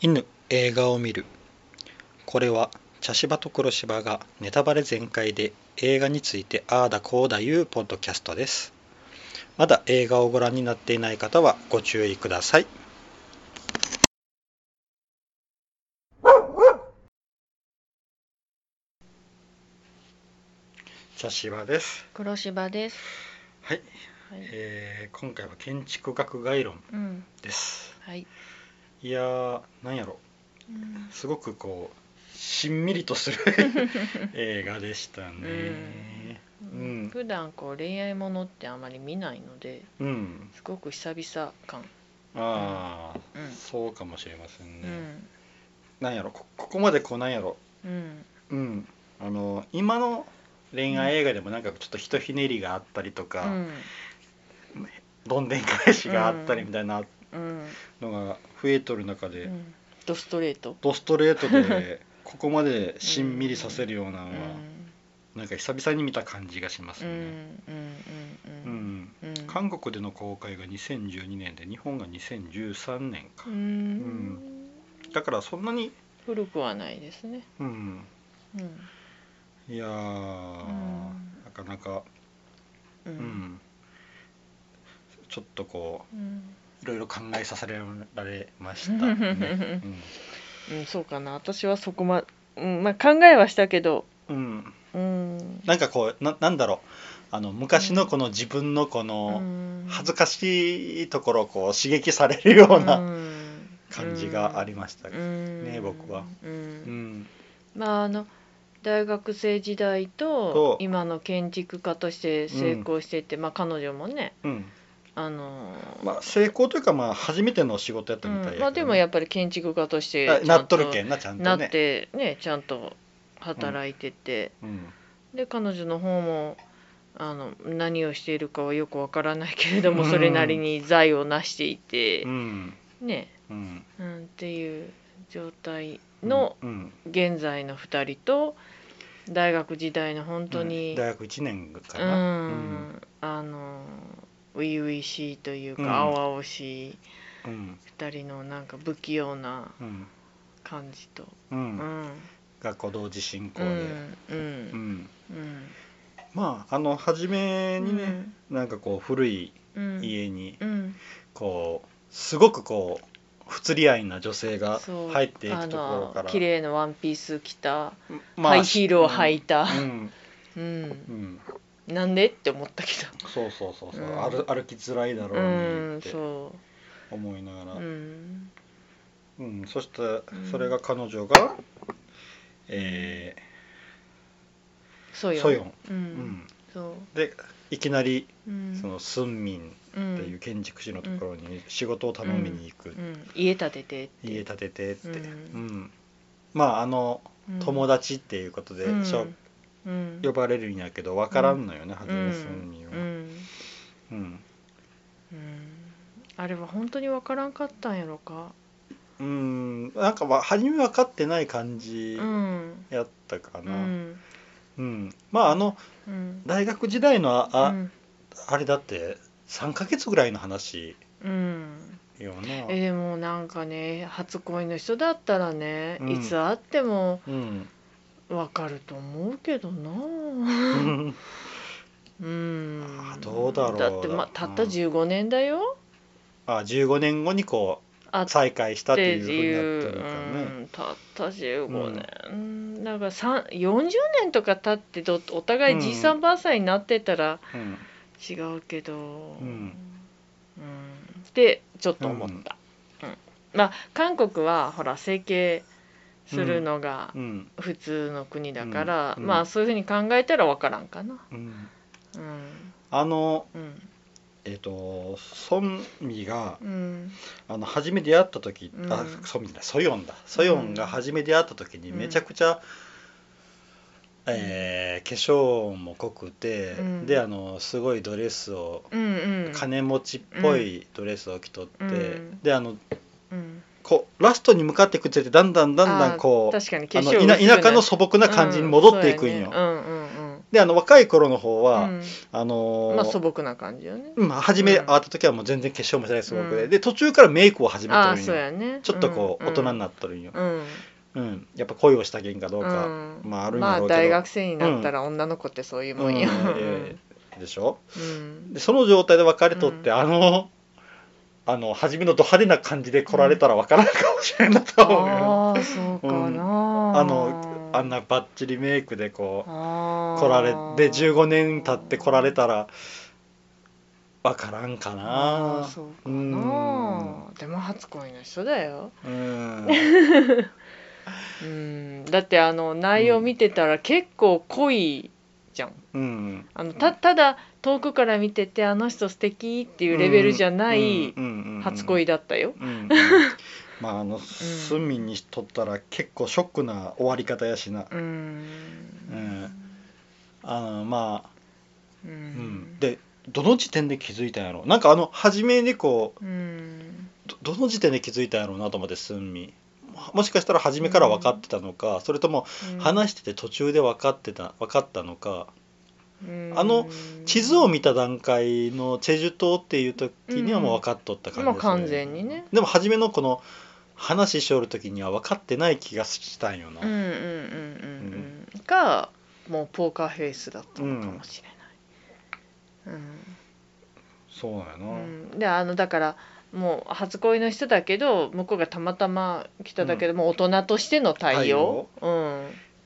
犬映画を見るこれは茶芝と黒芝がネタバレ全開で映画についてああだこうだいうポッドキャストですまだ映画をご覧になっていない方はご注意ください茶芝です黒芝です。はい、はい。えー今回は建築学概論うん。ですはい。いやーなんやろうんすごくこうしんみりとする映画でしたね。うん普段こう恋愛ものってあまり見ないので、うん、すごく久々感。ああ、うんそうかもしれませんうね。ん。なんやろこここまでこうなんやろ、うん。うん、あの今の恋愛映画でもなんかちょっとひとひねりがあったりとうか、ん。どんでん返しがあったりみたいなうん。のが増えとる中で、うんドストレート。ドストレート でここまでしんみりさせるようなうのんは、。なんか久々に見た感じがしますうん。うよね。ん。うん。ううん。んうん。韓国での公開が2012年で日本が2013年か、うん。だからそんなに古くはないですね。うんうん。いやー、うんなかなかううん、ん。ちょっとこうん。ういろいろ考えさせられましたね うん。そうかな。私はそこま。うん。まあ考えはしたけど。うん、うん、うん。なんかこうななんだろうあの昔のこの自分のこの恥ずかかしいところをこう刺激されるような感じがありまましたすね僕はうんまああの大学生時代そうと今の建築家として成功してて、まあ彼女もねうんあのまあ成功というかまあ初めての仕事やったみたいやけどねうんまあでもやっぱり建築家としてあちゃなっんととるけんなちゃんとねなってねちゃんと働いてて、うんで彼女の方もあの何をしているかはよくわからないけれども、それなりに財を成していてう、んね、うんうん、っていう状態の、うん現在の2人と大学時代の本当に、大学1年かうな、んあの初々しいというか、うん青々しいうん2人のなんか不器用なうん感じと、ううんん学校同時進行うで、んううんんうんまああの初めにね、なんかこう古いうん家にうんこうすごくこう不釣り合いな女性がそう入っていくところかあのら綺麗なワンピース着た、まハイヒールを履いた、うんううんん、うんなんでって思ったけそうそうそうそう、うん歩歩きづらいだどろううにっんてそ思いながら、う、うん、うん、そしてうんそれが彼女が、えソーヨンソヨン、ううんん、そうでいきなりうんそのスンミンうっんていう建築士のところに仕事を頼みに行く、うん、家建ててって家建ててって、うんうんまああのうん友達っていうことで、しょうん呼ばれるんやけど分からんのよね、初めスンミンうは。んうんうんあれは本当にわからんかったんやろかうんなんかわ初め分かってない感じうんやったかうな、うんんまああのうん大学時代のああ、うんあれだって3ヶ月ぐらいの話うんよなえでもなんかね初恋の人だったらね、うんいつ会ってもうん、わかると思うけどなうんうんあどうだろうだって、ま、たった15年だよ、あ15年後にこあう再会したっってていういふうにうなってるのかうねん、たった15年、うん、だからさん40年とか経ってどお互いじいさんばあさんになってたらうん違うけど、うんってちょっと思った、うんまあ韓国はほら整形するのがうん普通の国だから、うんうんまあそういうふうに考えたらわからんかなうんうんあのうんえっ、とソンミがうんあの初めて会った時、あうんソンミじゃないソヨンだソヨンが初めて会った時にうんめちゃくちゃ、えー化粧も濃くて、うんであのすごいドレスをうんうん金持ちっぽいドレスを着とって、うんであのうんこうラストに向かってくっついてだんだんだんだんこう確かに化あ粧の薄くな田る田舎の素朴な感じに戻っていくんよ、うんそうやねうんうんうんであの若い頃の方は、うんあのーまあ素朴な感じよね。うん初めうん会った時はもう全然化粧もしてないすごくで、うんで途中からメイクを始めてあるあんそうよやね。ちょっとこう、ん大人になってるんよ、うんうんやっぱ恋をしたげんかどううか、んまああるんやまろうけあど大学生になったら女の子ってそういうもうんんよ。ええでしょうんでその状態で別れとって、うんあのあの初めのド派手な感じで来られたら分からんかもしれんなと思うよ、ああそうかな。あのあんなバッチリメイクでこう来来られで15年経って来られたら分からんかあなーそうかうんなあでも初恋の人だようん うんだってあの内容見てたら結構濃いじゃんうんあのたただ遠くから見ててあの人素敵っていうレベルじゃないうんうんうんうん初恋だったようんうんまああの隅にしとったら結構ショックな終わり方やしなうんあのまあうんうん、でどの時点で気づいたんやろうなんかあの初めにこうんうどどの時点で気づいたんやろうなと思ってすんみもしかしたら初めから分かってたのか、それとも話してて途中で分かってた分かったのかあの地図を見た段階のチェジュ島っていう時にはもう分かっとった感じもう完全にねでも初めのこの話しおる時には分かってない気がしたんよな、うんうんうんうんうんかもうポーカーフェイスだったのかもしれないうんそうなんやな、うん、であのだからもう初恋の人だけど向こうがたまたま来ただけで、もう大人としての対応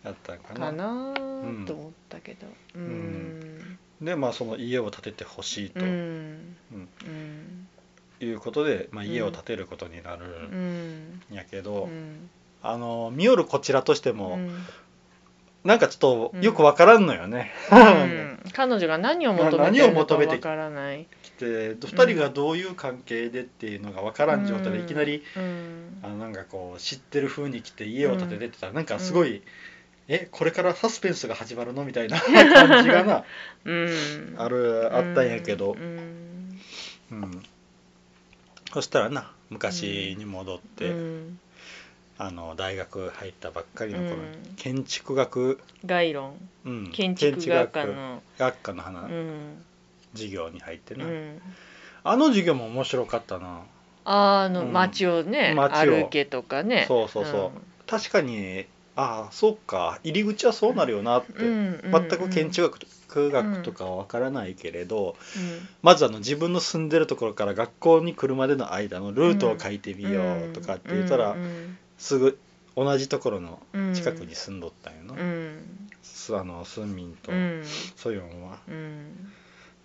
やったんかうん、なかなーうんと思ったけどうーんんでまあその家を建ててほしいうんとうんうんうんいうことで、まあ、うん家を建てることになるうんやけんど、うんあの見よるこちらとしてうも、んなんかちょっとよくわからんのよね。 彼女が何を求めてるのかわからない、で2人がどういう関係でっていうのがわからん状態で、ういんきなりうんあのなんかこう知ってる風に来て家を建ててってたら、なんかすごい、えこれからサスペンスが始まるのみたいな感じがなうん、あるあったんやけどう、ん、うんそしたらな昔に戻って、うんあの大学入ったばっかりの頃に、うん建築学、概論うん建築学科建築の学科の話、うん授業に入ってうな、んあの授業も面白かったなあのうん街をね、街を歩けとかねそうそうそう確かにああそうか入り口はそうなるよなって、うんうんう全んく建築学学とかは分からないけれど、まずあの自分の住んでるところから学校に来るまでの間のルートを書いてみようとかって言ったら、うんすぐ同じところのうん近くに住んどったんよな、うんすあのスンミンとうんソヨンは。うん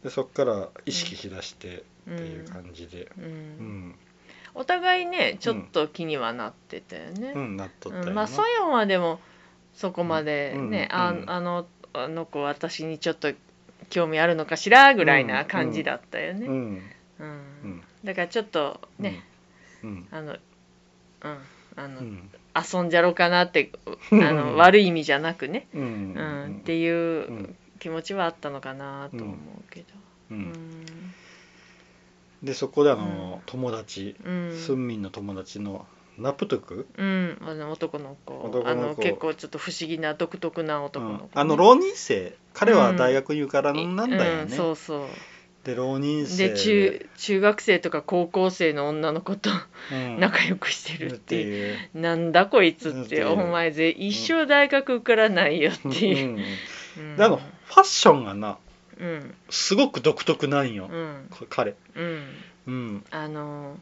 でそっから意識しだしてうっんていう感じで、うんうん、お互いねちょっと気にはなってたようね、ん、なっとったうよんな、まあソヨンはでもそこまでね、うんあうんあのあの子私にちょっと興味あるのかしらぐらいな感じだったよね、うんうんうんだからちょっとね、うんあのうんあの、うん遊んじゃろうかなってあうんの悪い意味じゃなくね、ううんんってういうん気持ちはあったのかなと思うけど、ううんんうでそこであの、うん友達んスンミンの友達のナプトク、うん、あの男の子男の子あの結構ちょっと不思議な独特なう男の子ね、ん、あの浪人生彼は大学に受からいなんだようんね、そうそうで浪人生で中中学生とか高校生の女の子とうん仲良くしてるっってていう、いうなんだこいつっってていうお前ぜ一生大学受からないよっていう、うんうんであのファッションがなうんすごく独特なんよ、うんこ彼うんうんあの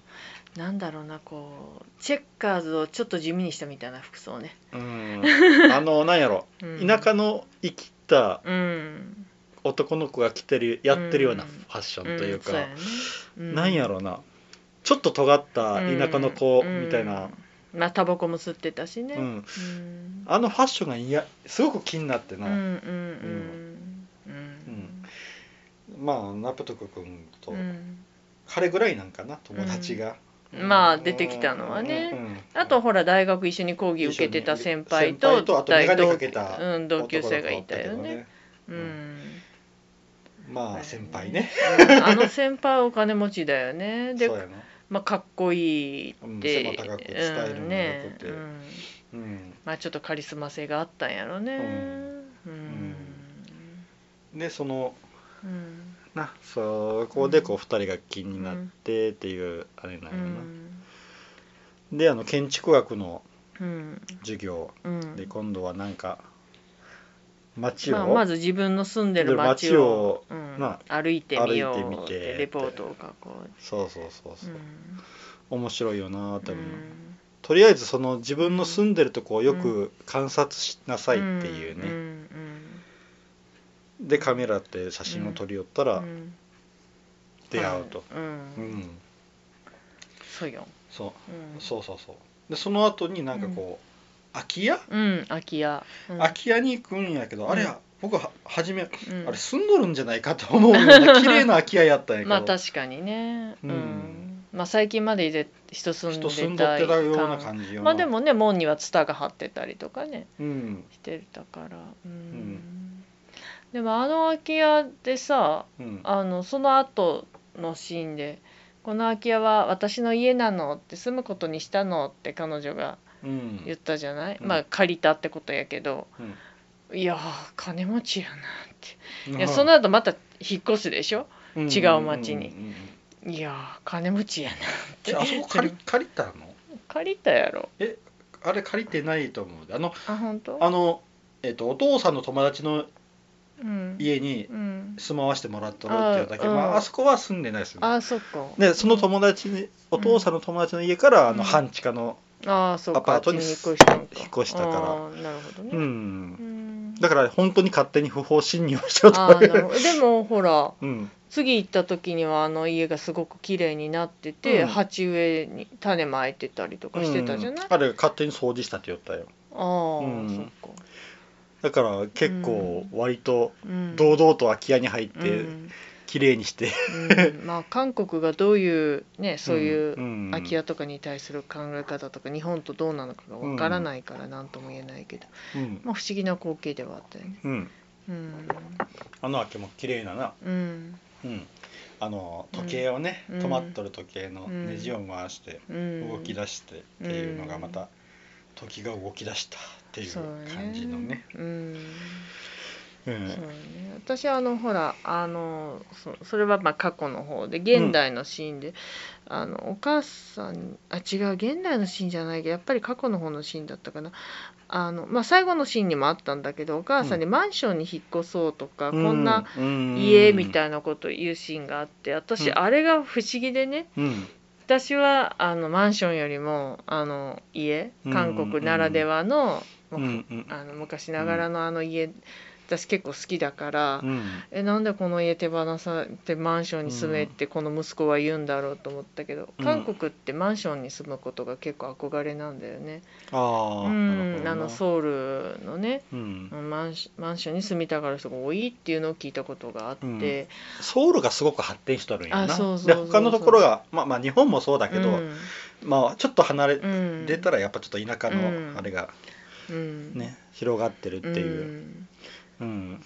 なんだろうなこうチェッカーズをちょっと地味にしたみたいな服装ね、うん あのなんやろうん田舎の生きたうん男の子が着てるやってるようなうんファッションというか、んそねうんなんやろうなちょっと尖った田舎の子うんみたいな、まあタバコも吸ってたしね、うんうんあのファッションがいやすごく気になってうんな、うんうんうんまあナプトク君とうん彼ぐらいなんかな友達が、うんまあ出てきたのはねうんうんあとほら大学一緒に講義受けてた先輩と先輩とあと大眼鏡同かけたうん、同級生がいたよね。うどねん、まあ先輩ね、うんあの先輩お金持ちだよね。でそうやなまあ、かっこいいって、うん背も高くスタイルも良くてうんねうんうんまあちょっとカリスマ性があったんやろね、うんんでそのうんなそこでこう2人が気になってっていうあれなんうやな、んであの建築学のうん授業うんで今度はなんか街を、まあ、まず自分の住んでる街を、うんな歩いてみよ歩いてみうっててレポートを書こそうそうそうう。そうう、ん面白いよな多分、うんとりあえずその自分の住んでるとこをよく観察しなさいっていうね、んうんでカメラって写真を撮り寄ったうらん出会うと、ううんん、そうよ、そううん、そうそうそうでその後になんかこう、空き家、うん空き家、うん、空き家に行くんやけど、あれや僕は初め、うんあれ住んどるんじゃないかと思うよう な綺麗な空き家やったんやけど、まあ確かにね、ううんんまあ最近までで人住んで人た住んどってたような感じよなまあで、もね門にはツタが張ってたりとかねうんしてたから、うんんでもあの空き家でさうん、あのその後のシーンで「この空き家は私の家なの」って住むことにしたのって彼女がうん言ったじゃない、うんまあ借りたってことやけど、いやー金持ちやなってうんいやその後また引っ越すでしょうん違う町にうんうんうんうんいやー金持ちやなってえあそこ借り借りたの借りたやろあれ借りてないと思うあのあ本当あのえっとお父さんの友達のうん家にうん住まわしてもらったのっていうだけあ,、あうんまあ、あそこは住んでないですよねあそっかでその友達にお父さんの友達の家から、あうんの半地下のああそっかアパートにあっち引っ越したの引っ越したからあーなるほどねうん、うんだから本当に勝手に不法侵入をしようあとーいなるうほどでもほら うん次行った時にはあの家がすごく綺麗になってて、うん鉢植えに種まいてたりとかしてたじゃない、うんあれ勝手に掃除したって言ったよああ、うんそっか、だから結構割とうん、堂々と空き家に入っうてん綺麗にして、うんまあ韓国がどういうねそういうう空き家と、とかに対する考え方とか日本とどうなのかがわからないから何とも言えないけど、うんまあ、不思議な光景ではあったよね。うん、うんあの空き家も綺麗ななうんうん、あの時計をね、うん止まっとる時計のうんネジを回してうん、動き出してっていうのがまた時が動き出したっていう感じのね。そううんうそうんね私あのほらあのそそれはまあ過去の方で現代のシーンで、あのお母さんにあ違う現代のシーンじゃないけどやっぱり過去の方のシーンだったかなあの、まあ、最後のシーンにもあったんだけどお母さんにマンションに引っ越そうとか、こんな家みいたいなこと言うシーンがあって私、うんあれが不思議でねな。うん私はあのマンションよりもあの家うん韓国ならではの,、うんうんあの昔ながらのあの家、私結構好きだから、うんえなんでこの家手放さってマンションに住めってこの息子は言うんだろうと思ったけど、うん韓国ってマンションに住むことが結構憧れなんだよね。あうあ、ん、なるほどなあのソウルのねうんマンシマンションに住みたがる人が多いっていうのを聞いたことがあって、うんソウルがすごく発展しとるんやな。あそうそうでそう他のところがまあまあ日本もそうだけど、うんまあちょっと離れうん出たらやっぱちょっと田舎うんのあれがうんね、広がってるっていう。んうん、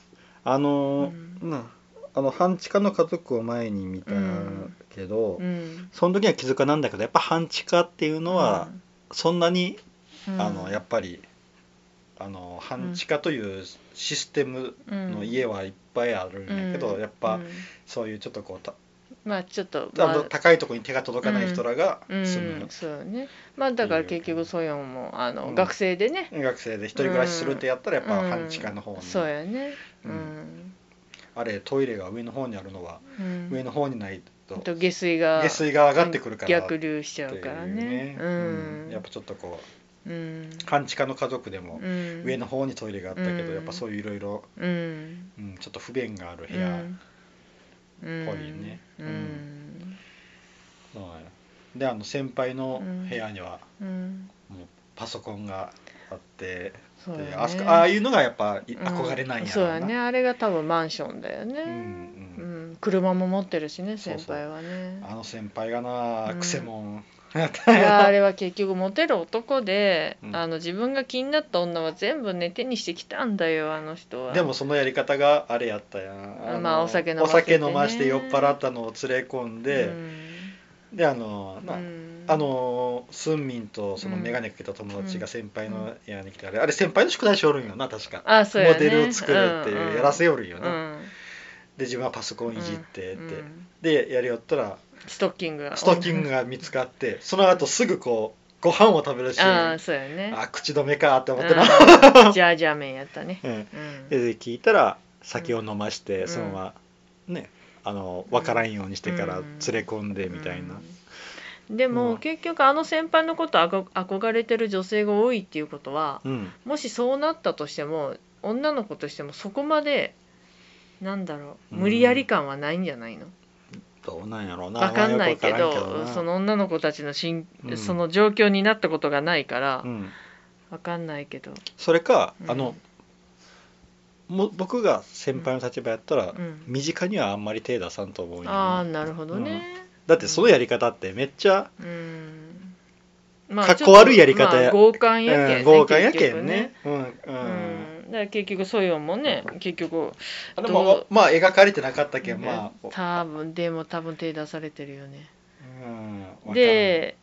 あの、うなあの半地下の家族を前に見たうんけど、うんその時は気づかなんだけどやっぱ半地下っていうのは、そんなに、うんあのやっぱりあの半地下というシステムの家はいっぱいあるんやけど、うんやっぱうんそういうちょっとこうたまあちょっと、あまのあ高いところに手が届かない人らがう住む、ん、そうよねまあだから結局ソヨンもあの、うん学生でね学生で一人暮らしするってやったらやっぱうん半地下の方に、そうやねううんん、あれトイレが上の方にあるのはうん、上の方にないとと下水が下水が上がってくるから逆流しちゃうからっねていうううんんやっぱちょっとこうんう半地下の家族でもうん上の方にトイレがあったけど、うんやっぱそういういろいろうんうんちょっと不便がある部屋、うんぽいねううんんそうなんやであの先輩の部屋にはうんもうパソコンがあって、そうでやあそこねああいうのがやっぱいうん憧れなんやそうろやねあれが多分マンションだよねうんううんん、車も持ってるしねそう先そう輩はねあの先輩がなうんくせもん、いやあれは結局モテる男で、うんあの自分が気になった女は全部ね手にしてきたんだよあの人はでもそのやり方があれやったやんのまあお酒飲まおせて酒ね飲まして酔っ払ったのを連れ込んで、であのうんな、うんあのスンミンとそのうん眼鏡かけた友達が先輩の部屋に来てあれあれ先輩の宿題しおるんよな確かあそうや、ね、モデルを作るっていうやらせよるんような、んで自分はパソコンいじってって、うんでやりよったらストッキングがストッキングが見つかってその後すぐこうご飯を食べるしあああそうやね口止めかって思ってな、うんジャージャー麺やったね、うんうんで聞いたら酒を飲まして、うんそのままねあの分からんようにしてからう連んれ込んでみたいな、うんでも、うん結局あの先輩のことあこ憧れてる女性が多いっていうことはうんもしそうなったとしても女の子としてもそこまでなんだろううん無理やり感はないんじゃないの、どうなんやろうなわかんないけよどくわからんけどなその女の子たちのしん、うんその状況になったことがないから、うん、わかんないけど、それか、うんあのも僕が先輩の立場やったら、うん、身近にはあんまり手出さんと思うよああなるほどね、だってそのやり方ってめっちゃうんまあかっこ悪いやり方やちょっとまあ強姦やけんね、うん豪快やけんねうん結局うん、うん、だから結局ソヨンもね結局あでどもうまあ描かれてなかったけん、まあ、多分でも多分手出されてるよねうんわかんないで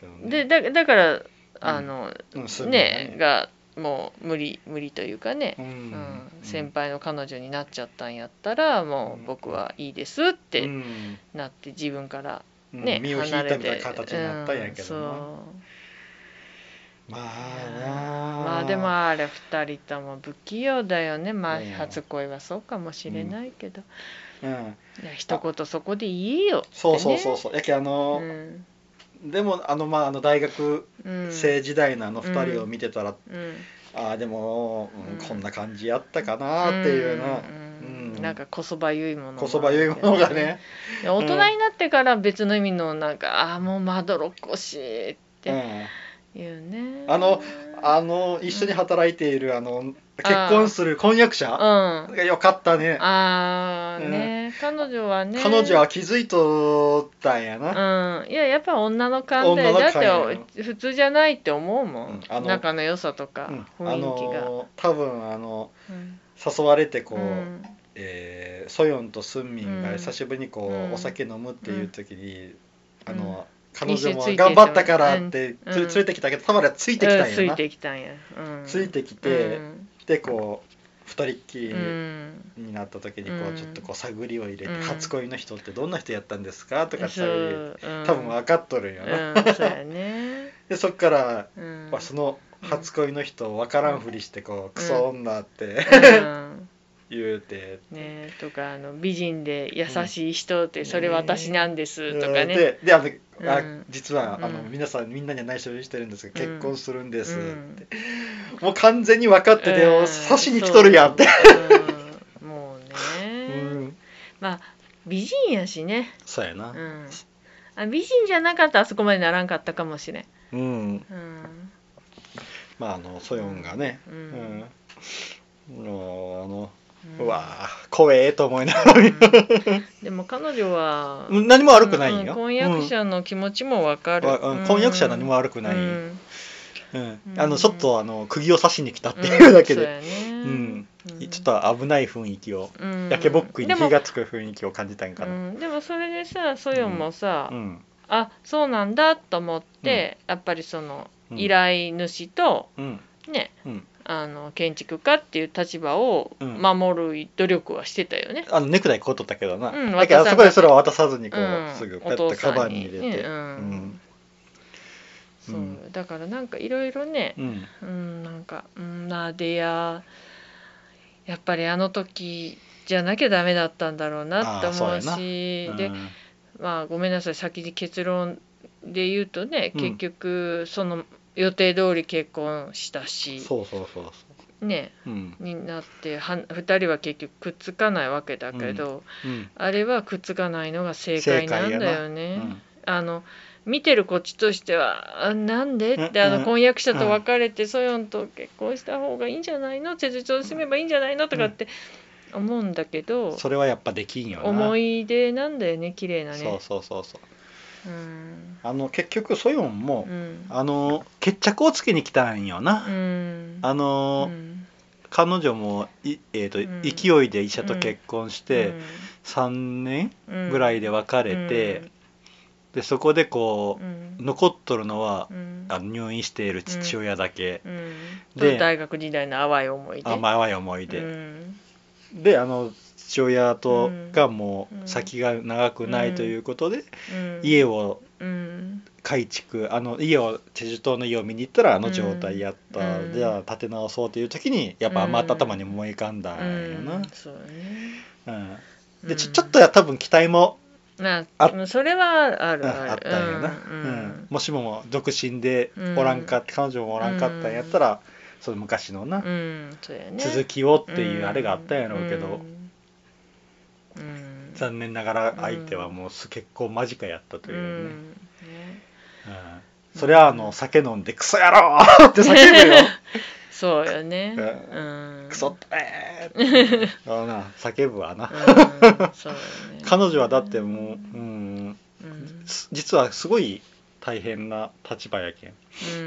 けどねでだだからあの、うんそういうのねがもう無理無理というかね、ううんん先輩の彼女になっちゃったんやったらもううん僕はいいですってうんなって自分からうんね、身を引いた離みたれいなて形になったんやけどな、うんそうまあなまあでもあれ二人とも不器用だよねまあうん初恋はそうかもしれないけど、うん、いや一言そこで言えよってねそうそうそうそうやけんあの、んでもあのまああの大学うん生時代のあの2人を見てたら、うんああでも、うんうんこんな感じやったかなっていうな、うんうんなんかこそばゆいものもこそばゆいものがね、いや大人になってから別の意味のなんか、ああもうまどろっこしいっうてん、いうねあのあの一緒に働いているあの結婚する婚約者うんがよかったねあーね、彼女はね彼女は気づいとったんやな、うん、いややっぱ女の勘だ女よのだ勘よって普通じゃないって思うもうんん、あの仲の良さとかうんあ雰囲気が、の多分あのうん誘われてこう、うんえーソヨンとスンミンが久しぶりにこう、うんお酒飲むっていう時に、あの彼一緒女にもついていって頑張ったからってうんつれ連れてきたけどたまにはついてきたんやな、うんついてきたんや、うん、ついてきてうんでこう二人っきりうんになった時にこううんちょっとこう探りを入れて、うん初恋の人ってどんな人やったんですか?」とかそ探り入れてう、うん、多分分かっとるんよな、うん、そうやね、でそっから、う んまあ、その初恋の人分からんふりしてこう「クソ女」ってうん言うて、ねとかあの美人で優しい人ってそれ私なんですとかね、でであの、あうん実はあのうん皆さんみんなには内緒にしてるんですがうん結婚するんです、うんもう完全に分かってて、う刺んしに来とるやんって。そううんもううね、ん、まあ美人やしね、そうやなうん、あ美人じゃなかったらあそこまでならんかったかもしれん、うん、うんまああのソヨンがね、ううんんもうあの、うんうわー怖えと思いながら、でも彼女はうん何も悪くないんよ、うん婚約者の気持ちもわかる、わうん婚約者は何も悪悪くない、うんんあうんのちょっとあの釘を刺しに来たっていうだけそうで、やねうんうんちょっと危ない雰囲気を、うんやけぼっくいにでも火がつく雰囲気を感じたんかな、うん、でもそれでさソヨンもさ、うんあそうなんだと思って、やっぱりそのうん依頼主とうんねうん、あの建築家っていう立場をうん守る努力はしてたよね。あのネクタイこうとったけどな、うんだけど渡さんそこでそれを渡さずにこう、うんすぐペおッ父とさカんバンに入れてねうんそううんだからなんかいろいろねう、んうん、なんか、うん、なでややっぱりあの時じゃなきゃダメだったんだろうなってあーそう思やうなしうんでまあごめんなさい先に結論で言うとねうん結局その予定通り結婚したし、そうそうそうそねううんになっては2人は結局くっつかないわけだけど、うんあれはくっつかないのが正解なんだようね。んあの見てるこっちとしてはあなんでってうんあうんの婚約者と別れてソヨンと結婚した方がいいんじゃないの手術を住めばいいんじゃないのとかって思うんだけど、それはやっぱできんよな思い出なんだよね綺麗なね。そうそうそうそううんあの結局ソヨンも、うんあの決着をつけに来たんよな、うんあの、うん彼女もい、えーとうん勢いで医者と結婚して、3年うんぐらいで別れて、でそこでこうう、ん残っとるのはう、んあの入院している父親だけ、うんで大学時代の淡い思い出甘い思い出、うんであの父親とうんがもううん先が長くないということで、うん、家をうん改築あの家をチェジュ島の家を見に行ったらあの状態やった、うんじゃあ建て直そうという時にやっぱ余った頭に思い浮かんだんやな、うんそうよねうんうんでちょちょっとや多分期待も、なあうんそれはあうんるあるあったんやな、うんうんもしもも独身でおらんかって、彼女もおらんかったんやったら、その昔のな、うんうんそうやね続きをっていうあれがあったんやろうけど、うんうん残念ながら相手はもうす結構間近やったといううね、んねうんそりゃあの酒飲んで「クソ野郎!」って叫ぶよ そうよねううん「クソ って!」あのな叫ぶわな、うんそう よね彼女はだってもう、うん、うんす実はすごい大変な立場やけんう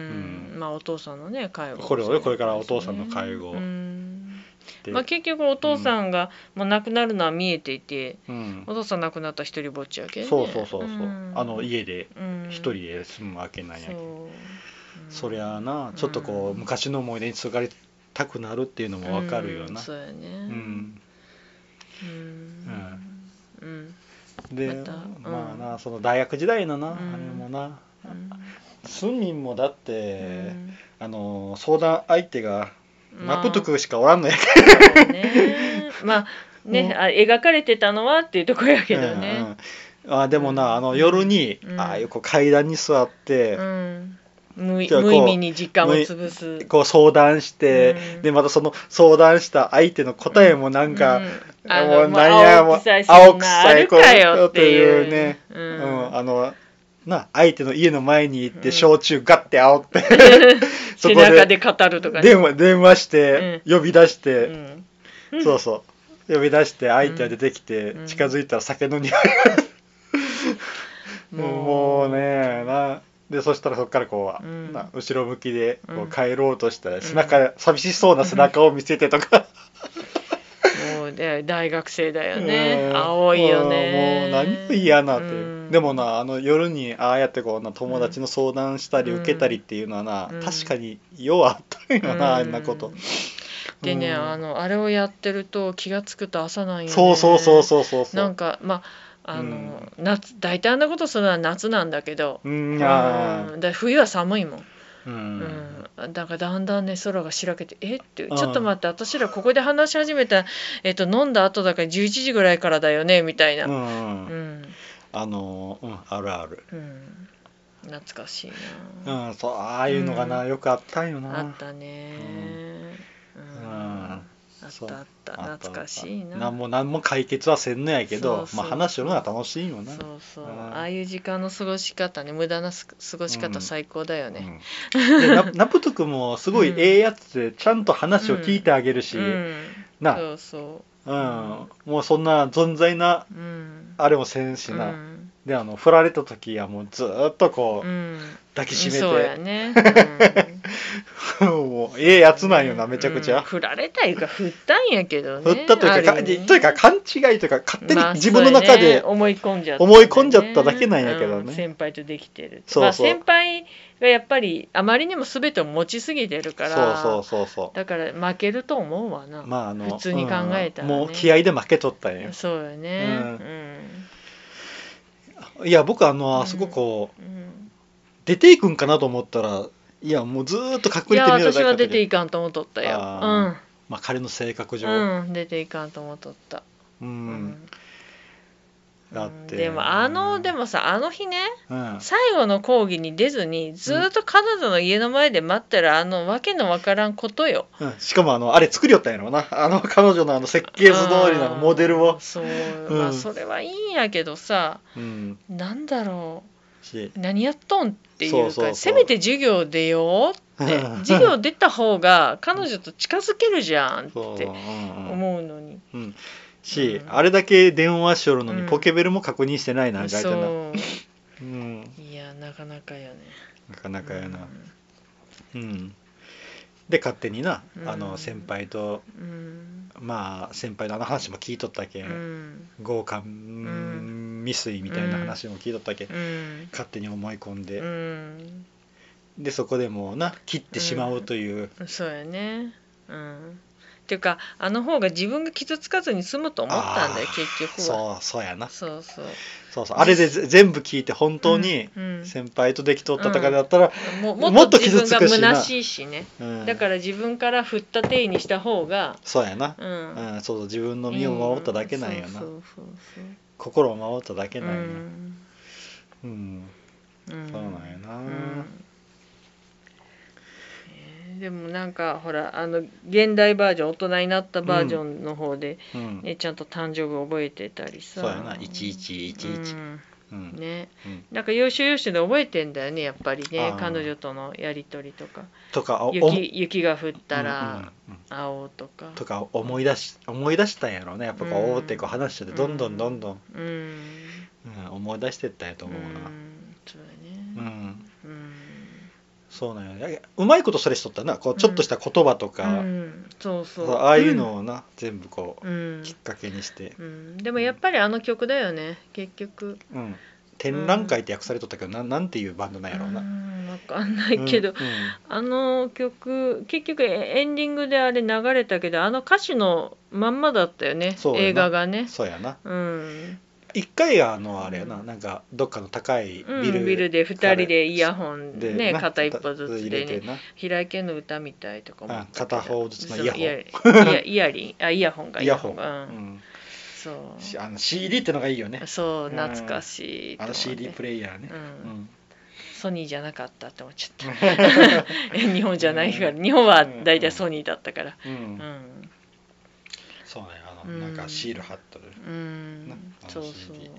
んまあお父さんのね介護これをねこれからお父さんの介護をうんでまあ、結局お父さんが、もう亡くなるのは見えていてうんお父さん亡くなったら一人ぼっちやけんねそうそうそうそう、あの一家で一人人で住むわけなんやけそんうそりゃあなちょっとこう、うん昔の思い出にすがりたくなるっていうのもわかるようんな、そうやねううんうんうんで、またうんまあなその大学時代のな、うんあれもなうんスンミンもだって、あの相談相手がうんナプトクしかおらんのやまあそうねまあねあ描かれてたのはっていうところやけけんどねうんあでもなあの夜に、うんああいうこう階段に座って、うん無いじゃあこう無意味に時間を潰すこう相談して、うんでまたその相談した相手の答えもなんか、うんあのもうもうなんやもう青臭い青青臭臭いいここととってていいうねうね、うんうんあのな相手の家の前に行ってうん焼酎ガッて煽っ て、そ背こで中で語るとかね電話電話して、呼び出して、うんそうそう呼び出して相手が出てきて、うん近づいたら酒の匂い、うんもうねなでそしたらそこからこう、うんな後ろ向きでこううん帰ろうとしたら、背中寂しそうな背中を見せてとか。もうで大学生だよねうん青いようねんもう何も嫌なっていう、うんでもなあの夜にああやってこうな友達の相談したりうん受けたりっていうのはな、うん確かにようあったんよな、あんなことうんでね、うんあのあれをやってると気がつくと朝なんよねそうそうそうそうそうそうなんかまああの、夏大体あんなことするのは夏なんだけど、うんうあんだ冬は寒いもん、ーううんんだからだんだんね空が白けてえっていううんちょっと待って私らここで話し始めた、えっと、飲んだ後だから11時ぐらいからだよねみたいな、ううんんうんあのーうんあるある懐かしいうな、んそうああいうのがな、うよくあったんよなあったね、うんあっそうたあったあった懐かしいななんもなんも解決はせんのやけどそうそうまあ話するのは楽しいよなそうそううんああいう時間の過ごし方ね無駄なす過ごしうん方最高だよね、 うんでナナプト君もすごいええやつでちゃんと話を聞いてあげるし、うんなそうそうん、もうそんな存在なううんあれもせんしな、うんであの振られた時はもうずーっとこう、うん抱きしめそうやて、ね、 もうええやうつん、なんよなめちゃくちうんゃ、振られたいうか振ったんやけどね振ったというかあかる意味ねというか勘違いというか勝手にまあ自分の中そうやねで、思い込んじゃった思い込んじゃっただけなんやけどねうん先輩とできてるそうそうまあ、先輩がやっぱりあまりにも全てを持ちすぎてるからそうそうそうそだから負けると思うわな、うまああの普通に考えたらねうんもう気合で負けとったんよそうよねううんいや僕あのうんあそここう、うん出ていくんかなと思ったらいやもうずーっと隠いれやてみるだけ私だはったけ出どていかんと思っとったよ。あまあ彼の性格う上、ん、うん、出ていかんと思っとった。う、うんだってでもあのでも、もさあの日ねうん、最後の講義に出ずにずーっと彼女の家の前で待ってるあのわけのわからんことよ。うんしかもあのあれ作りよったんやろなあの彼女のあの設計図通りのモデルあをー、そう、うんまあそれはいいんやけどさうん、なんだろしう何やっとんっていうかそうそうそうせめて授業出よう ってうん授業出た方が彼女と近づけるじゃんっそう、てうんうん、思うのに。し、うんあれだけ電話しよるのうにんポケベルも確認してないな、みたいなう、、そうんいやなかなかよね。なかなかやな、うん、で勝手になあうのん先輩とうん。まあ先輩のあの話も聞いとったけ、うんん。強姦未遂みたいな話も聞いとったけん、うん。勝手に思い込んで、うん。でそこでもうな切ってしまうという、そうやね。うん。っていうかあの方が自分が傷つかずに済むと思ったんだよあー結局そはうそうやなそうそうそうそうあれでぜ全部聞いて本当にうん先輩とできとったとかだったら、うんもうももっっとと傷自つ分くしなが虚しいしねうんだから自分から振った手にした方がそうやな、うんうんそうそう自分の身を守っただけなんやな、うんそうそう心を守っただけそうなんや、うんうん、うんそうなんやな、うんえーでもなんかほらあの現代バージョン大人になったバージョンの方で、うんねちゃんと誕生日覚えてたりさそうやな1111、うんうんねうんなんか要所要所で覚えてんだよねやっぱりねあー彼女とのやり取りとかとかおお雪雪が降ったらうんうんうん青とかとか思い出し思い出したんやろうねやっぱこう、うんおーってこう話しててどんどんどんどん、うんうん思い出してったんやと思ううな、んそううんだねうんそうなんやうまいことそれしとったなこうちょっとした言葉とか、うんそうそそううああいうのをな、全部こう、うんきっかけにして、うんでもやっぱりあの曲だよね結局うん、展覧会って訳されとったけど、なん、なんていうバンドなんやろうな、分かんないけど、うんうあの曲結局エンディングであれ流れたけどあの歌詞のまんまだったよねそうやな映画がねんそうやなうん、一回があのあれやな、うんなんかどっかの高いビうんル,、ビルで2人でイヤホンでねな片一歩ずつ入でれねてな平井堅の歌みたいとかもあ片方ずつのイヤホンン イヤイヤリンあイヤホンがイヤホン、がうんうんそうしあの CD ってのがいいよねそう懐かしいとあの思って CD プレイヤーねう、うんんソニーじゃなかったって思っちゃった え日本じゃないから日本は大体ソニーだったからうんうんそうねあうのんなんかシール貼っとる、うんなあのそうそう CD ね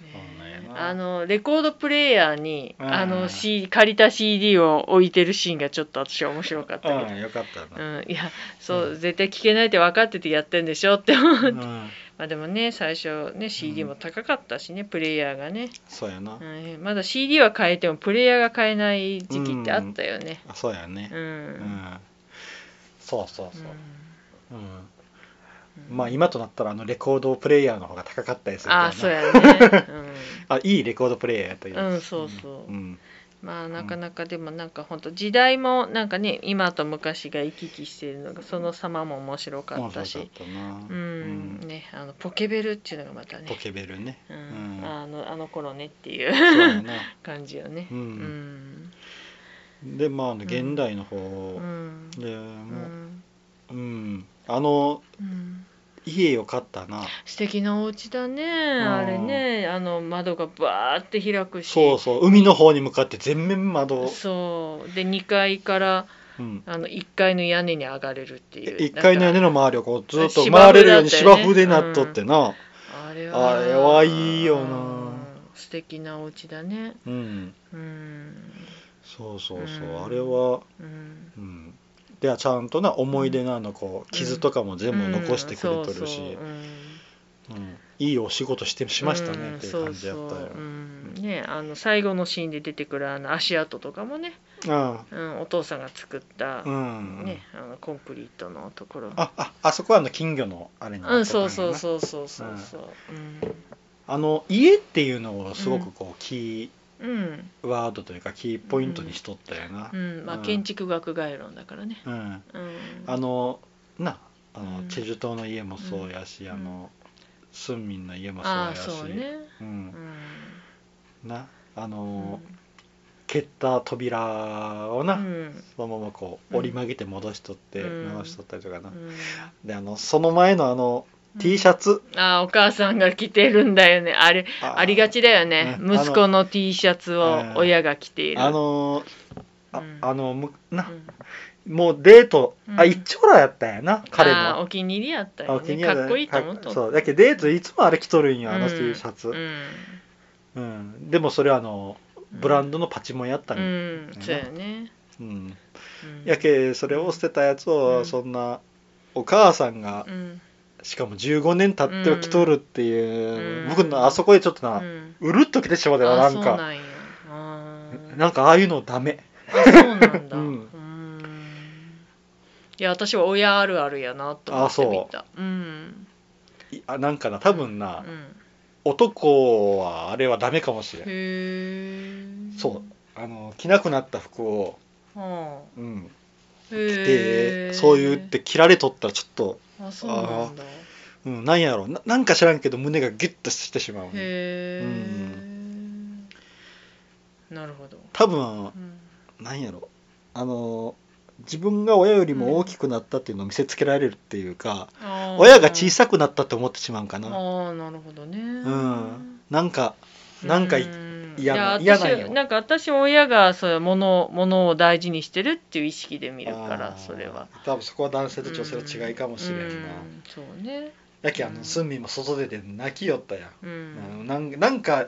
そうなんやなあのレコードプレーヤーにうんあの、C、借りた CD を置いてるシーンがちょっと私は面白かったうけんよかったど、うな、ん、いやそうう絶対聞けないって分かっててやってんでしょって 思ううんまあでもね最初ね CD も高かったしね、プレイヤーがね、そうやな、うん、まだ CD は買えてもプレイヤーが買えない時期ってあったよねあそうやねう、ん、そうそううそんう、うんまあ今となったらあのレコードプレイヤーの方が高かったりするけどなああそうやね、 あいいレコードプレイヤーやったりうんそうそうんううん、まあなかなかでもなんか本当時代もなんかね今と昔が行き来しているのがその様も面白か面った白しかったな、うん、ねあのポケベルっていうのがまたポね、ケベル ねううんん、あのあの頃ねって いそううやな感じよねう、うんんでまああの現代の方、うんでうもんう、うんあのうん家よかったな素敵なお家だねんあれねあの窓がバーって開くしそうそう海の方に向かって全面窓、そうで2階からうん、あの1階の屋根に上がれるっていう1階の屋根なんかの周りをこうずっと回れるように芝生芝生ででななっとっとっっててな、あれはあれはいいよなうん素敵なお家だねうん、うんそうそうそう、うんあれは、うんうん、ではちゃんとな思い出のあのこう傷とかも全部残してくれとうんるそうそうしう、んうんいいお仕事してしましたんねっていう感じやったそうよそう、うんねあの最後のシーンで出てくるあの足跡とかもね、あうん、お父さんが作った、あうん、ねあのコンクリートのところあああそこはあの金魚のあれになっうんてたそんやうなそうそうそうそうそうあの家っていうのをすごくこうキうん、うんーワードというかキーポイントにしとったよなうんまあ、うん建築学概論だからね、うん、うん、あのなあの、うんチェジュ島の家もそうやし、うんあのスンミンの家もそうあやあしそうねううんん、なあうの、ん蹴った扉をうな、んそのままこううん折り曲げて戻しとってうん直しとったりとかな、うであのその前のあのん T シャツ、ああお母さんが着てるんだよねあれあありがちだよねうん息子の T シャツあのを親が着ているあのあ,、うんあのむなうんもうデート、あうん一丁羅やったんやな彼ああもお気に入りやったあよお気ねに入りやかっこいいと思っかとったそうだけどデートいつもあれ着とるんよあのうん T シャツ、うんうんでもそれはあのブランドのパチモンやったんうよ、んそうやね、うんうん、やけそれを捨てたやつうをんそんなお母さんがうんしかも15年経っては着とるっていう、うん僕のあそこでちょっとな、ううんるっときてしまうでなあなそんうかなんやあーなんかああいうのダメあそうなんだ。 ううんん。いや私は親あるあるやなと思って見た。うん。いあなんかな多分うな、ん。男はあれはダメかもしれん、へえ。そうあの着なくなった服を、はうん、へてーそういうって切られとったらちょっと、あそうなんだへうん、なんやろうななんか知らんけど胸がギュッとしてしまうえ、うなるほど、多分うん、なんやろあの自分が親よりも大きくなったっていうのを見せつけられるっていうか、親が小ささくなったと思ってしまうんかあな、ーなるほどねううん、なんかなんかいうん嫌ない嫌なんや私よなんか私親がそういうものものを大事にしてるっていう意識で見るかあーらそれは多分そこは男性と女性の違いかもしれんな、うんそうねやけあうのんスンミンも外出て泣きよったやん、ううんんなんなんか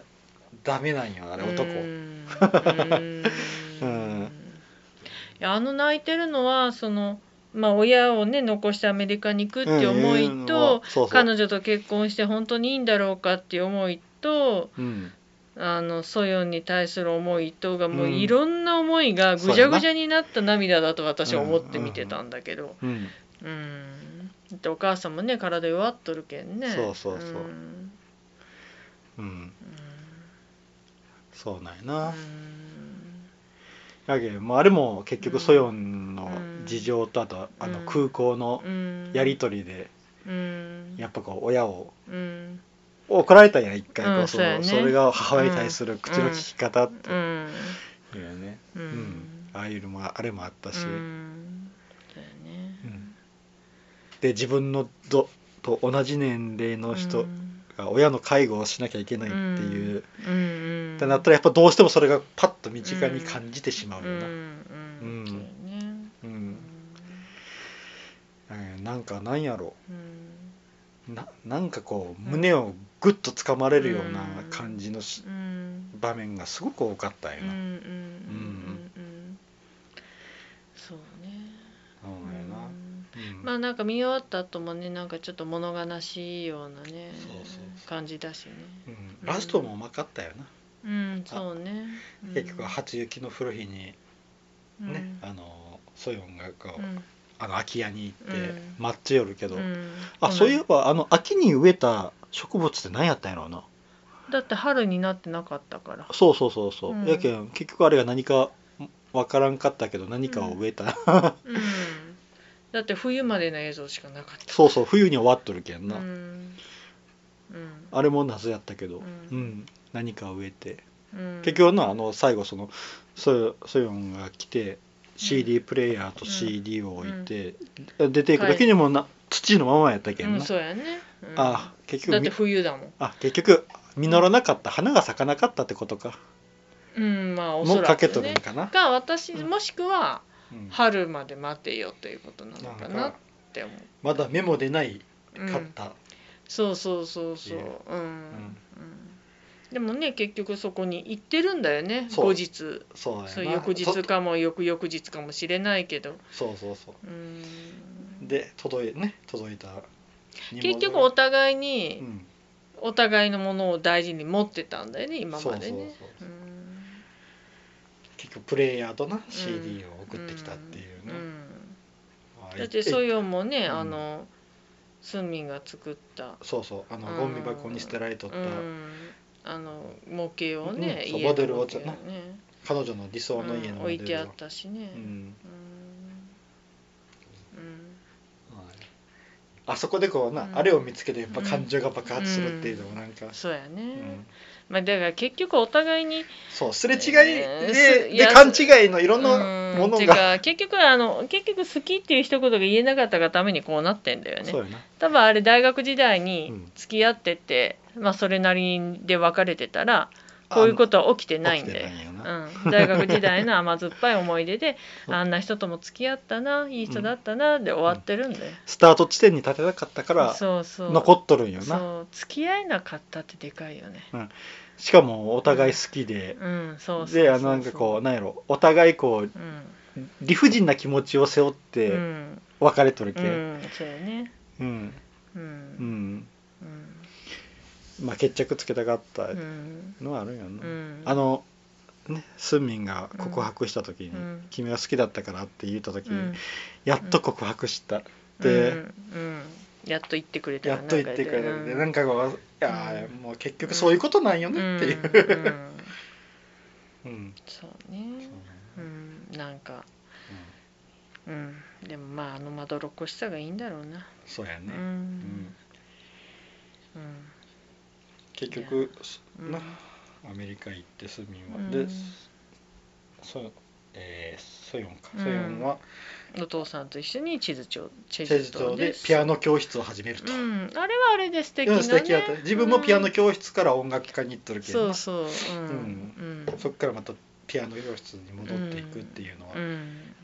ダメなんよあれ男、うんう うんんいやあの泣いてるのはそのまあ親をね残してアメリカに行くって思いうんと、そうそう彼女と結婚して本当にいいんだろうかっていう思いとうんあのソヨンに対する思いとがもううんいろんな思いがぐじゃぐじゃになった涙だと私は思って見てたんだけど、うんうん、だってお母さんもね体弱っとるけんねそうそうそうんうんうそうなんやんな、やけもうあれも結局ソヨンの事情とあと、あのうん空港のうんやり取りでうんやっぱこう親をうん怒られたんや一回こううんそそうやのねそれが母親に対する口の利き方っうてんいうね、ううんんああいうのもあれもあったし、うんそうやねうんで自分のどと同じ年齢の人うんが親の介護をしなきゃいけないっていう、うんってなったらやっぱどうしてもそれがパッと身近に感じてしまううよんな、ううんんそうやねうんうんうんなんかなんやろうんななんかこう胸をグッとつかまれるようなうん感じのしうん場面がすごく多かったようんうな。んうんうんそうねそううやな、んうんまあなんか見終わった後もねなんかちょっと物悲しいようなねそうそうそ感じだしねうんラストもうまかったよな、うんそうねうん結局初雪の降る日にうんね、あのソヨンがこう、うんあの空き家に行ってうん待ってよるけど、うんあそういえばあの秋に植えた植物って何やったんやろうなだって春になってなかったからそうそうそうそう、うんやけん結局あれが何かわからんかったけど何かを植えた、うんだって冬までの映像しかなかったそうそう冬に終わっとるけんな、うんうんあれも謎やったけど、ううんん何かを植えてうん結局なあの最後そのソヨソヨンが来て CD プレイヤーと CD を置いて、出ていく時にもな、土のままやったけんな、うんそうやねうんあ結局だっみて冬だもんあ結局実らなかった花が咲かなかったってことか、うんまあおもそうからけくとるんねかな、が私うんもしくはうん春まで待てよということなのなかんなっかて思うまだ芽も出ないうんかった、そうそうそうそういいううん、うんでもね結局そこに行ってるんだよねそう後日そうやなそう翌日とかも翌々日かもしれないけどそうそうそううんで届いね届いた荷物結が局お互いうにん、お互いのものを大事に持ってたんだよね今まそでねうそうそううん結局プレイヤーとな CD を送ってきたっていうね、んまあだってソいヨンもねうんあのスンミンが作ったそうそうあのうんゴミ箱に捨てられとったうんあの模型をねうんそう家のモデルをちょ模型をね彼女の理想の家うのんモ置デいてルあをったしねうんうんうんはいあそこでこうな、うんあれを見つけてやっぱ感情が爆発するっていうのもなんか、そうやね、うんまあだから結局お互いにそうすれ違いえーで,、すいでや勘違いのいろんうなんものてが、か結局あの結局好きっていう一言が言えなかったがためにこうなってんだよそうねやな多分あれ大学時代うにん付き合ってて、まあそれなりで別れてたらこういうことは起きてないん起きてでないよな、うん、大学時代の甘酸っぱい思い出で そうあんな人とも付き合ったないい人だったなで終わってるんで、スタート地点に立てなかったからそうそう残っとるんよなそう付き合えなかったってでかいよねしかもお互い好きで、うんそうそうそうであのなんかこうなんやろお互いこうううん理不尽な気持ちを背負っうてん別れとるうけんんそうよねうん、ううんんうんまあ決着つけたかったうんのはあるんやな、うんあのねスンミンが告白した時に、うん君は好きだったから」って言った時うに、んやっと告白したって、うんうんやっと言ってくれたやっと言ってくれたんで、なんかこう「いやーうんもう結局そういうことなんよね」っていう、うんうんうんうんそそううねねうんなんかうんううんでもまああのまどろっこしさがいいんだろうな、そうやね、ううんんうん結局すうんなアメリカ行ってスミンは、うんでソ,、えーソヨンか、うんソヨンはお父さんと一緒に地図帳チチェジ島でピアノ教室を始めると、ううんん、あれはあれで素敵な、ね、素敵やった自分もピアノ教室から音楽家に行っとるけどそなそうそううんうんっからまたピアノ教室に戻っていくっていうのは、うん、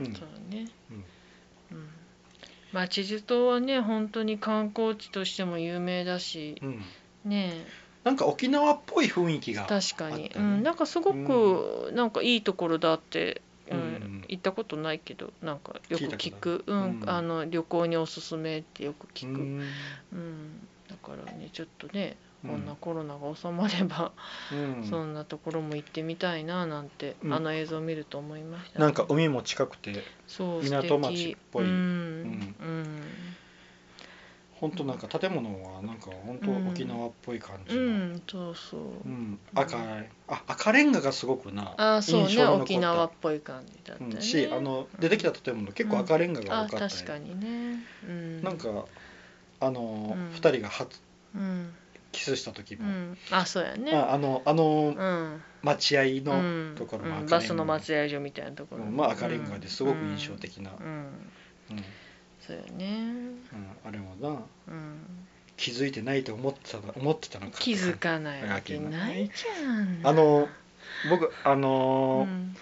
うんそうねうんうんまあチェジュ島はね本当に観光地としても有名だしうんねえなんか沖縄っぽい雰囲気が確かあっに、たうねん、なんかすごくなんかいいところだって、うんうんうん行ったことないけどなんかよく聞い聞たくうんうんあの旅行におすすめってよくう聞く、うんんだからねちょっとねうこんなコロナが収まれば、うんそんなところも行ってみたいななんて、うんあの映像を見ると思いましたね、なんか海も近くてそう港町っぽい素敵うん本当なんか建物はなんか本当うん沖縄っぽい感うじんの、うんそうそう、うん、赤いあ赤レンガがすごくなああそう印ね象に残った沖縄っぽい感じだったうね、ん、しあの出てきた建物結構赤レンガがあ多かった、ね確かにね、うん、なんかあの、うん二人が初うん、キスした時うも、ん、あそうやねああのあのうん待合うの、んところもう赤レンんガバスの松合所みたいなところ、まあ赤レンガですごく印象的な、うん、うんうんうんそうよね、あれもなうん、気づいてないと思ってたの思ってたのか気づかないわけないじゃん あの僕あうのーん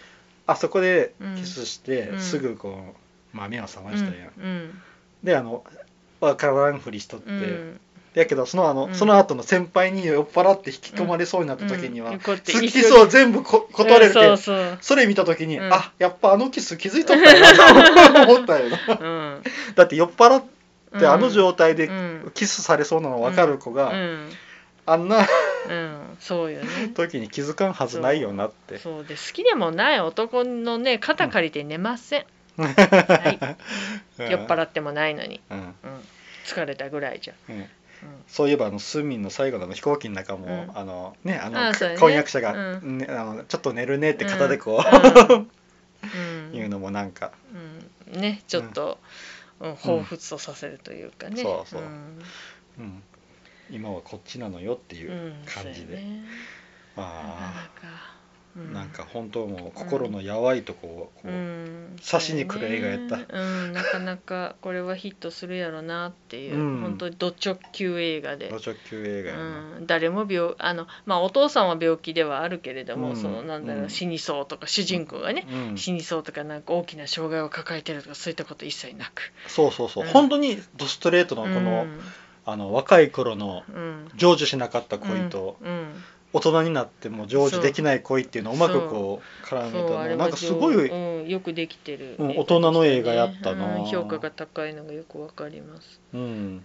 あそこでうんキスして、うんすぐこう、まあ、目を覚ましたやん、うんであのわからんふりしとって、うんうんやけどそのあの、うんその後の先輩に酔っ払って引き込まれそうになった時には、うんこうやって好きそう全部こ断れるけ、うんそうそうそれ見た時に、うんあやっぱあのキス気づいとったよな思ったよなうん だって酔っ払っうてんあの状態うでんキスされそうなの分かる子が、うんあんなうんそうよね時に気づかんはずないよなってそうで好きでもない男のね肩借りて寝ません、はい、酔っ払ってもないのに、うん、うんうん、疲れたぐらいじゃ、うんうんそういえばあのスーミンの最後のあの飛行機の中も、うんあのねあのあそうやね婚約者が、うねあのちょっと寝るねって肩でこ うんう、いうのもなんかうん、ねちょっと、うん彷彿とさせるというかね、そうそうんうん、今はこっちなのよっていううん感じで、そうやねあなかなか、うあなんか本当もう心のやわいとこをこう、うん刺しに来る映画やったそうねうん、なかなかこれはヒットするやろなっていう、うん本当にド直球映画で路。直球映画やな、うん、誰も病あの、まあ、お父さんは病気ではあるけれども、うんそのなんだろう、うん死にそうとか主人公がね、うん死にそうとかなんか大きな障害を抱えてるとかそういったこと一切なく。そうそうそう、うん本当にドストレートのこの,、あの若い頃のうんうん成就しなかった恋と、うんうん大人になっても成就できない恋っていうのをうまくこう絡そめうたあれのはなんかすごい、うん、よくできてる、うん大人の映画やったなうん評価が高いのがよくわかり ます、うん、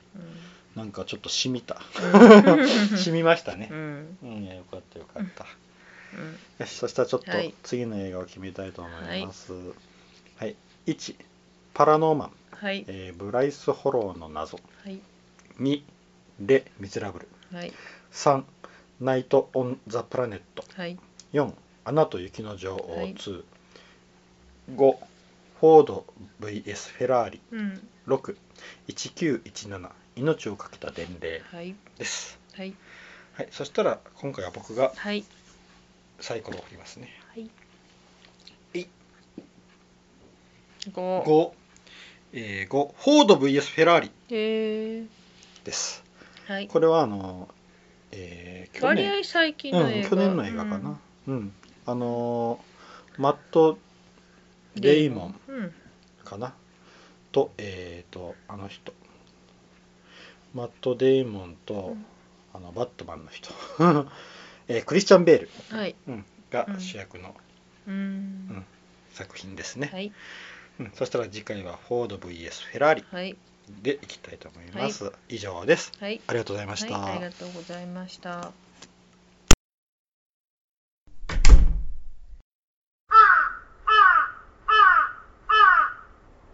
うなんかちょっとしみたんしみましたねう、んうん、いやよかったよかった、うんよしそしたらちょっとはい次の映画を決めたいと思います。はい、1パラノーマン、はいえーブライス・ホローの謎はい2レ・ミゼラブルはい3ナイト・オン・ザ・プラネットはい4アナと雪の女王はい2、5フォード VS フェラーリうん61917命をかけた伝令はいです。はいはい、そしたら今回は僕がはいサイコロを振りますね。はいはい五5、えー、5フォード VS フェラーリへえです。はいこれはあの、えー去割年、合最近うの映ん、画、去年の映画かな。うん、あのーマットうんレイモンうんかなとえっ、とあの人、マットデイモンと、うんあのバットマンの人、 えークリスチャンベールはいがうん主役のうん、うん作品ですね。はいうん、そしたら次回はフォード VS フェラーリはいでいきたいと思います。以上です。はいありがとうございました。はいありがとうございました